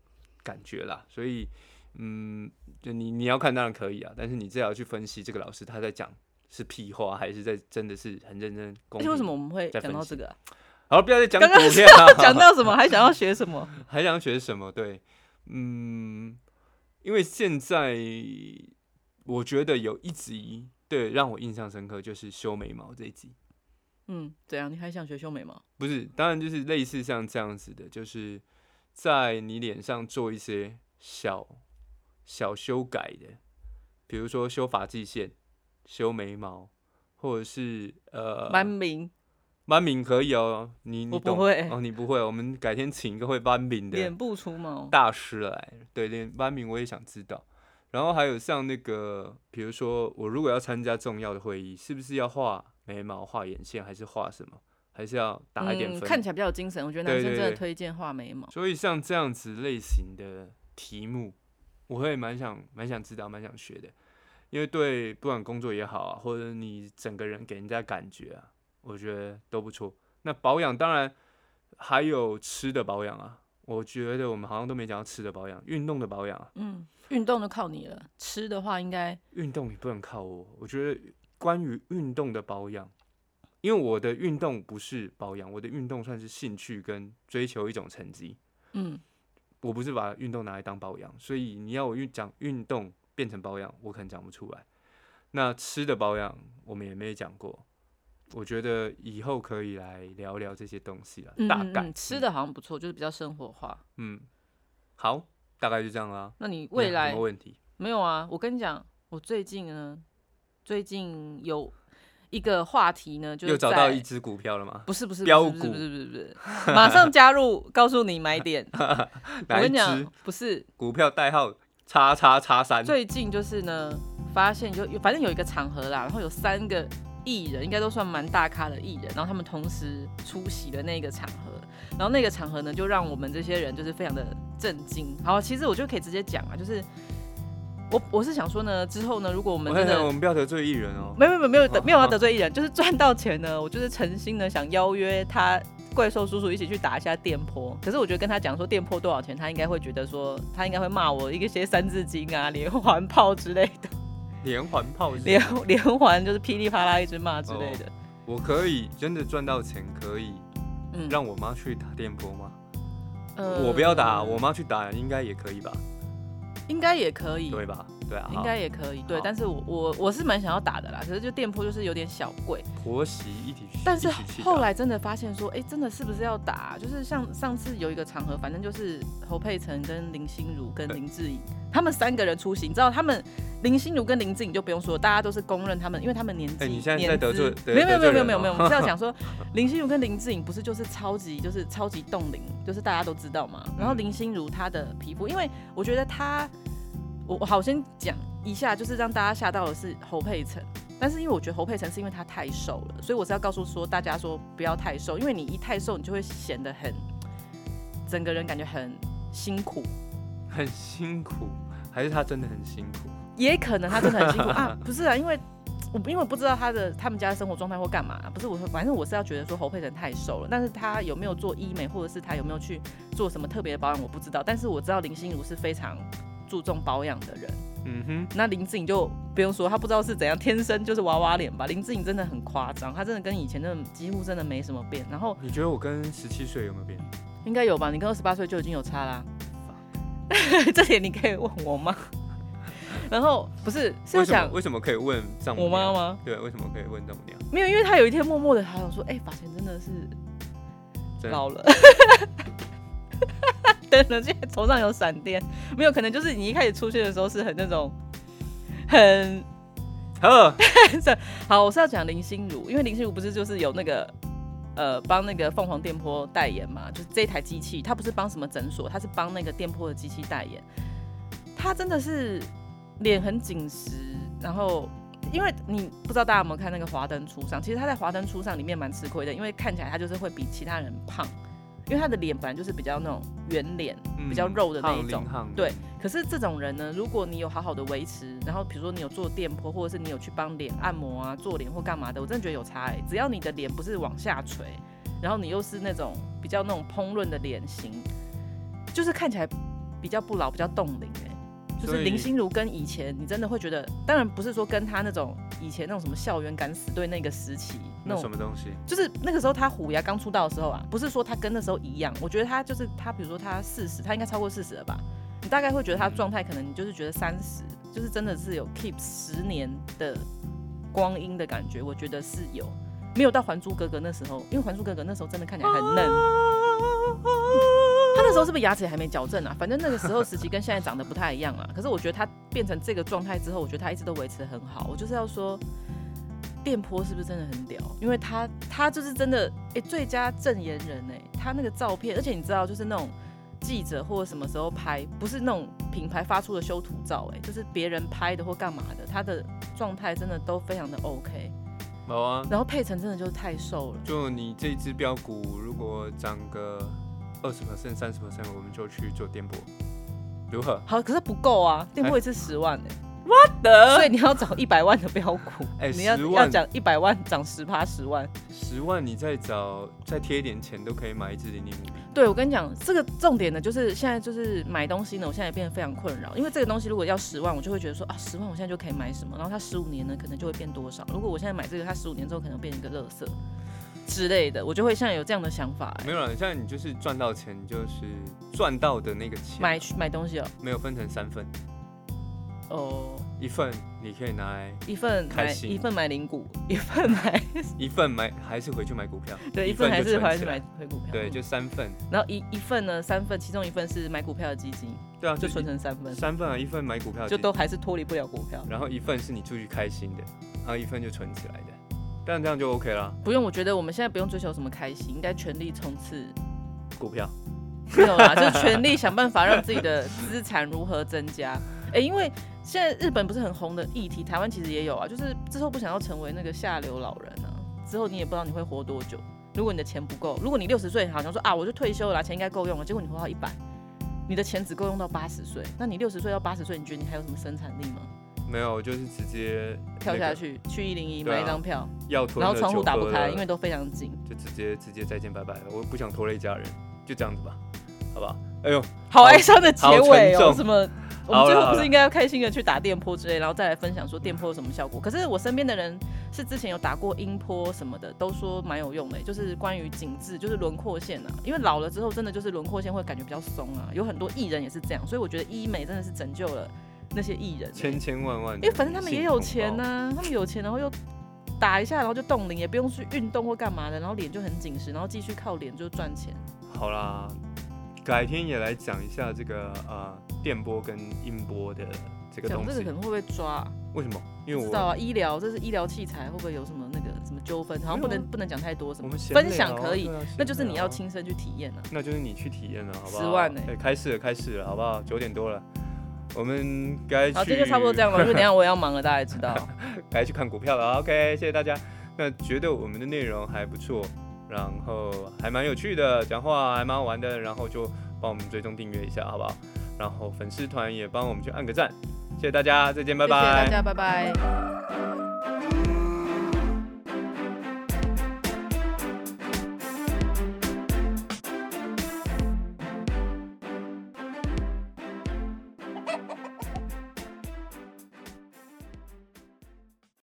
Speaker 2: 感觉啦。所以，嗯，就你你要看当然可以啊，但是你至少要去分析这个老师他在讲是屁话，还是在真的是很认真公
Speaker 1: 而
Speaker 2: 平。
Speaker 1: 且为什么我们会
Speaker 2: 在
Speaker 1: 讲
Speaker 2: 分
Speaker 1: 到
Speaker 2: 析
Speaker 1: 这个
Speaker 2: [LAUGHS]
Speaker 1: 啊、
Speaker 2: 好，不要再讲
Speaker 1: 刚刚
Speaker 2: 股
Speaker 1: 是
Speaker 2: 票啊，
Speaker 1: 讲到什么？还想要学什么？
Speaker 2: 还想学什么？对，嗯，因为现在我觉得有一集对让我印象深刻，就是修眉毛这一集。
Speaker 1: 嗯，怎样？你还想学修眉毛？
Speaker 2: 不是，当然就是类似像这样子的，就是在你脸上做一些小小修改的，比如说修发际线、修眉毛，或者是呃
Speaker 1: 蛮明
Speaker 2: 斑敏可以哦，你你
Speaker 1: 我不
Speaker 2: 懂
Speaker 1: 会
Speaker 2: 哦，你不会，我们改天请一个会斑敏的
Speaker 1: 脸部除毛，
Speaker 2: 啊大师来，对，连班名我也想知道。然后还有像那个，比如说我如果要参加重要的会议，是不是要画眉毛、画眼线，还是画什么？还是要打一点分。
Speaker 1: 嗯看起来比较有精神。我觉得男生
Speaker 2: 对对
Speaker 1: 真的
Speaker 2: 对
Speaker 1: 推荐画眉毛。
Speaker 2: 所以像这样子类型的题目，我会蛮想蛮想知道，蛮想学的，因为对不管工作也好啊，或者你整个人给人家感觉啊，我觉得都不错。那保养当然还有吃的保养啊，我觉得我们好像都没讲到吃的保养，运动的保养啊，
Speaker 1: 嗯，运动都靠你了，吃的话应该
Speaker 2: 运动也不能靠我。我觉得关于运动的保养，因为我的运动不是保养，我的运动算是兴趣跟追求一种成绩。
Speaker 1: 嗯
Speaker 2: 我不是把运动拿来当保养，所以你要我运讲运动变成保养，我可能讲不出来。那吃的保养我们也没讲过，我觉得以后可以来聊聊这些东西了，
Speaker 1: 嗯
Speaker 2: 大
Speaker 1: 嗯
Speaker 2: 概
Speaker 1: 嗯吃，的好像不错，就是比较生活化。
Speaker 2: 嗯，嗯好，大概就这样啦。
Speaker 1: 那你
Speaker 2: 你
Speaker 1: 未
Speaker 2: 还有
Speaker 1: 来
Speaker 2: 啊什么问题？
Speaker 1: 没有啊，我跟你讲，我最近呢，最近有一个话题呢，就是
Speaker 2: 又找到
Speaker 1: 在
Speaker 2: 一只股票了
Speaker 1: [LAUGHS]
Speaker 2: 吗？
Speaker 1: 不是不是
Speaker 2: 标
Speaker 1: 不是
Speaker 2: 股
Speaker 1: 不是不是不是，
Speaker 2: [LAUGHS]
Speaker 1: 马上加入，告诉你买点。我
Speaker 2: 哪一
Speaker 1: 跟你讲
Speaker 2: 只，
Speaker 1: 不是
Speaker 2: 股票代号叉叉叉三？
Speaker 1: 最近就是呢，发现就有反正有一个场合啦，然后有三个艺人，应该都算蛮大咖的艺人，然后他们同时出席的那个场合，然后那个场合呢，就让我们这些人就是非常的震惊。好，其实我就可以直接讲啊，就是我我是想说呢，之后呢，如果我们
Speaker 2: 我
Speaker 1: 真的
Speaker 2: 看我们不要得罪艺人哦。
Speaker 1: 没有没有没有得没有要得罪艺人， [LAUGHS] 就是赚到钱呢，我就是诚心的想邀约他怪兽叔叔一起去打一下电波。可是我觉得跟他讲说电波多少钱，他应该会觉得说他应该会骂我一个些三字经啊、连环炮之类的， [LAUGHS]
Speaker 2: 连环炮是
Speaker 1: 连连环就是噼里啪啦一直骂之类的。
Speaker 2: 我可以真的赚到钱，可以
Speaker 1: 嗯
Speaker 2: 让我妈去打电波吗？
Speaker 1: 呃
Speaker 2: 我不要打，我妈去打应该也可以吧？
Speaker 1: 应该也可以，
Speaker 2: 对吧？对啊，
Speaker 1: 嗯应该也可以，对
Speaker 2: 好。
Speaker 1: 但是我我我是蛮想要打的啦，可是就电波就是有点小贵。
Speaker 2: 好婆媳一体，
Speaker 1: 但是
Speaker 2: 一起去打
Speaker 1: 后来真的发现说，哎、真的是不是要打？啊就是像上次有一个场合，反正就是侯佩岑跟林心如跟林志颖，他们三个人出席。你知道他们林心如跟林志颖就不用说，大家都是公认他们，因为他们年纪、
Speaker 2: 哎
Speaker 1: 年
Speaker 2: 你现在是在得罪
Speaker 1: 资
Speaker 2: 得
Speaker 1: 没有没有没有没
Speaker 2: 得罪人
Speaker 1: 有
Speaker 2: 哦
Speaker 1: 没有没有，我们是要
Speaker 2: [LAUGHS]
Speaker 1: 讲说林心如跟林志颖不是就是超级就是超级冻龄，就是大家都知道嘛。然后
Speaker 2: 嗯
Speaker 1: 林心如她的皮肤，因为我觉得她，我我好先讲一下，就是让大家吓到的是侯佩岑。但是因为我觉得侯佩岑是因为她太瘦了，所以我是要告诉说大家说不要太瘦，因为你一太瘦，你就会显得很整个人感觉很辛苦。
Speaker 2: 很辛苦，还是她真的很辛苦？
Speaker 1: 也可能她真的很辛
Speaker 2: [LAUGHS]
Speaker 1: 苦啊，不是啊，因为我因为我不知道她的他们家的生活状态或干嘛、不是我说，反正我是要觉得说侯佩岑太瘦了，但是她有没有做医美，或者是她有没有去做什么特别的保养，我不知道。但是我知道林心如是非常注重保养的人。
Speaker 2: 嗯哼，
Speaker 1: 那林志颖就不用说，他不知道是怎样，天生就是娃娃脸吧。林志颖真的很夸张，他真的跟以前真的几乎真的没什么变。然后
Speaker 2: 你觉得我跟十七岁有没有变？
Speaker 1: 应该有吧？你跟二十八岁就已经有差啦， [LAUGHS] 这点你可以问我吗？然后不是是
Speaker 2: 为
Speaker 1: 要
Speaker 2: 什么
Speaker 1: 想
Speaker 2: 为什么可以问丈母
Speaker 1: 我妈
Speaker 2: 娘？
Speaker 1: 吗？
Speaker 2: 对，为什么可以问丈母娘？
Speaker 1: 没有，因为他有一天默默的还想说，哎、发型真的是
Speaker 2: 真的
Speaker 1: 老了。 [LAUGHS] 等了，现在头上有闪电，没有，可能就是你一开始出去的时候是很那种，很
Speaker 2: 呵，
Speaker 1: 好，我是要讲林心如，因为林心如不是就是有那个呃帮那个凤凰电波代言嘛，就是这台机器，它不是帮什么诊所，它是帮那个电波的机器代言。她真的是脸很紧实，然后因为你不知道大家有没有看那个《华灯初上》，其实她在《华灯初上》里面蛮吃亏的，因为看起来她就是会比其他人胖，因为她的脸本来就是比较那种圆脸，
Speaker 2: 嗯
Speaker 1: 比较肉的那一种，
Speaker 2: 胖玲
Speaker 1: 对，可是这种人呢，如果你有好好的维持，然后比如说你有做电波，或者是你有去帮脸按摩啊、做脸或干嘛的，我真的觉得有差哎、只要你的脸不是往下垂，然后你又是那种比较那种烹饪的脸型，就是看起来比较不老、比较冻龄哎。就
Speaker 2: 所
Speaker 1: 是
Speaker 2: 以
Speaker 1: 林心如跟以前，你真的会觉得，当然不是说跟她那种以前那种什么校园敢死队那个时期那
Speaker 2: 那
Speaker 1: 种
Speaker 2: 什么东西？
Speaker 1: 就是那个时候他虎牙刚出道的时候啊，不是说他跟那时候一样，我觉得他就是他，比如说他四十，他应该超过四十了吧？你大概会觉得他状态可能你就是觉得三十，就是真的是有 keep 十年的光阴的感觉，我觉得是有，没有到《还珠格格》那时候，因为《还珠格格》那时候真的看起来很嫩。他那时候是不是牙齿还没矫正啊？反正那个时候时期跟现在长得不太一样啊。可是我觉得他变成这个状态之后，我觉得他一直都维持得很好。我就是要说，电波是不是真的很屌？因为他他就是真的哎、诶最佳证言人哎、他那个照片，而且你知道就是那种记者或者什么时候拍，不是那种品牌发出的修图照哎、诶就是别人拍的或干嘛的，他的状态真的都非常的 OK。
Speaker 2: [LAUGHS] 好啊，
Speaker 1: 然后佩岑真的就是太瘦了，
Speaker 2: 就你这只标股如果涨个二十 percent、三十 percent，我们就去做颠簸，如何？
Speaker 1: 好，可是不够啊，电波一次十万呢、所以你要找一百万的标股，
Speaker 2: [LAUGHS] 哎
Speaker 1: 你要
Speaker 2: 10
Speaker 1: 要
Speaker 2: 万
Speaker 1: 讲一百万涨十趴十万。
Speaker 2: 十万你再找再贴一点钱都可以买一只零零五。
Speaker 1: 对，我跟你讲，这个重点呢，就是现在就是买东西呢，我现在也变得非常困扰，因为这个东西如果要十万，我就会觉得说啊，十万我现在就可以买什么，然后它十五年呢可能就会变多少，如果我现在买这个，它十五年之后可能变一个垃圾之类的，我就会现在有这样的想法、哎
Speaker 2: 没有啦，现在你就是赚到钱，你就是赚到的那个钱，
Speaker 1: 买买东西哦，
Speaker 2: 没有分成三份，
Speaker 1: 哦，
Speaker 2: 一份你可以拿来，
Speaker 1: 一份
Speaker 2: 开
Speaker 1: 买
Speaker 2: 心
Speaker 1: 一份买零股，一份买
Speaker 2: 一份买还是回去买股票，
Speaker 1: 对，一份
Speaker 2: 份
Speaker 1: 还
Speaker 2: 就是存
Speaker 1: 还
Speaker 2: 起
Speaker 1: 是
Speaker 2: 来
Speaker 1: 买回股票，
Speaker 2: 对，
Speaker 1: 嗯
Speaker 2: 就三份，
Speaker 1: 然后一一份呢三份，其中一份是买股票的基金，
Speaker 2: 对啊，
Speaker 1: 就
Speaker 2: 一
Speaker 1: 存成三份，
Speaker 2: 三份啊，一份买股票
Speaker 1: 就
Speaker 2: 基
Speaker 1: 都还是脱离不了股票。
Speaker 2: 然后一份是你出去开心的，然后一份就存起来的，但这样就 OK 啦。
Speaker 1: 不用，我觉得我们现在不用追求什么开心，应该全力冲刺。
Speaker 2: 股票，
Speaker 1: [LAUGHS] 没有啦，就是全力想办法让自己的资产如何增加。 [LAUGHS] 哎、因为现在日本不是很红的议题，台湾其实也有啊，就是之后不想要成为那个下流老人啊，之后你也不知道你会活多久。如果你的钱不够，如果你六十岁好像说啊，我就退休了啦，钱应该够用了，结果你活到一百，你的钱只够用到八十岁，那你六十岁到八十岁，你觉得你还有什么生产力吗？
Speaker 2: 没有，就是直接
Speaker 1: 跳
Speaker 2: 那
Speaker 1: 下
Speaker 2: 个
Speaker 1: 去，去一零一
Speaker 2: 对啊
Speaker 1: 买一张票，
Speaker 2: 要吞
Speaker 1: 然
Speaker 2: 了
Speaker 1: 后窗户
Speaker 2: 就
Speaker 1: 打不
Speaker 2: 喝
Speaker 1: 开，
Speaker 2: 了
Speaker 1: 因为都非常近。
Speaker 2: 就直接直接再见拜拜了，我不想拖累家人，就这样子吧，好不好？哎呦，
Speaker 1: 好哀伤的结尾哦，
Speaker 2: 好沉重
Speaker 1: 什么？我
Speaker 2: 好
Speaker 1: 们最
Speaker 2: 了
Speaker 1: 后
Speaker 2: 好
Speaker 1: 不
Speaker 2: 了
Speaker 1: 是应该要开心的去打电波之类，然后再来分享说电波有什么效果？可是我身边的人是之前有打过音波什么的，都说蛮有用的，就是关于紧致，就是轮廓线啊。因为老了之后，真的就是轮廓线会感觉比较松啊。有很多艺人也是这样，所以我觉得医美真的是拯救了那些艺人欸、
Speaker 2: 千千万万
Speaker 1: 因为
Speaker 2: 的女性同胞，
Speaker 1: 反正他们也有钱呢、他们有钱，然后又打一下，然后就冻龄，也不用去运动或干嘛的，然后脸就很紧实，然后继续靠脸就赚钱。
Speaker 2: 好啦，改天也来讲一下这个呃电波跟音波的这个
Speaker 1: 讲
Speaker 2: 东
Speaker 1: 这个
Speaker 2: 西
Speaker 1: 可。能会不会抓啊、
Speaker 2: 为什么？因
Speaker 1: 不
Speaker 2: 为
Speaker 1: 知道
Speaker 2: 我
Speaker 1: 啊，医疗这是医疗器材，会不会有什么那个什么纠纷？好像不
Speaker 2: 没有
Speaker 1: 能
Speaker 2: 啊
Speaker 1: 不能讲太多什
Speaker 2: 我
Speaker 1: 么
Speaker 2: 们，闲
Speaker 1: 分
Speaker 2: 聊
Speaker 1: 享
Speaker 2: 啊
Speaker 1: 可以
Speaker 2: 对啊闲
Speaker 1: 那就是你
Speaker 2: 聊
Speaker 1: 要
Speaker 2: 啊
Speaker 1: 亲身去体验啊。
Speaker 2: 那就是你去体验了，好不好？
Speaker 1: 10万欸
Speaker 2: 哎开始了，开始了，好不好？九点多了，我们该去，
Speaker 1: 好，这就差不多这样了，因为
Speaker 2: [LAUGHS]
Speaker 1: 等一下我也要忙了，大家也知道。
Speaker 2: 该去看股票了。OK，谢谢大家。那觉得我们的内容还不错，然后还蛮有趣的，讲话还蛮好玩的，然后就帮我们追踪订阅一下，好不好？然后粉丝团也帮我们去按个赞，谢谢大家，再见，拜
Speaker 1: 谢
Speaker 2: 拜。
Speaker 1: 谢大家，拜拜。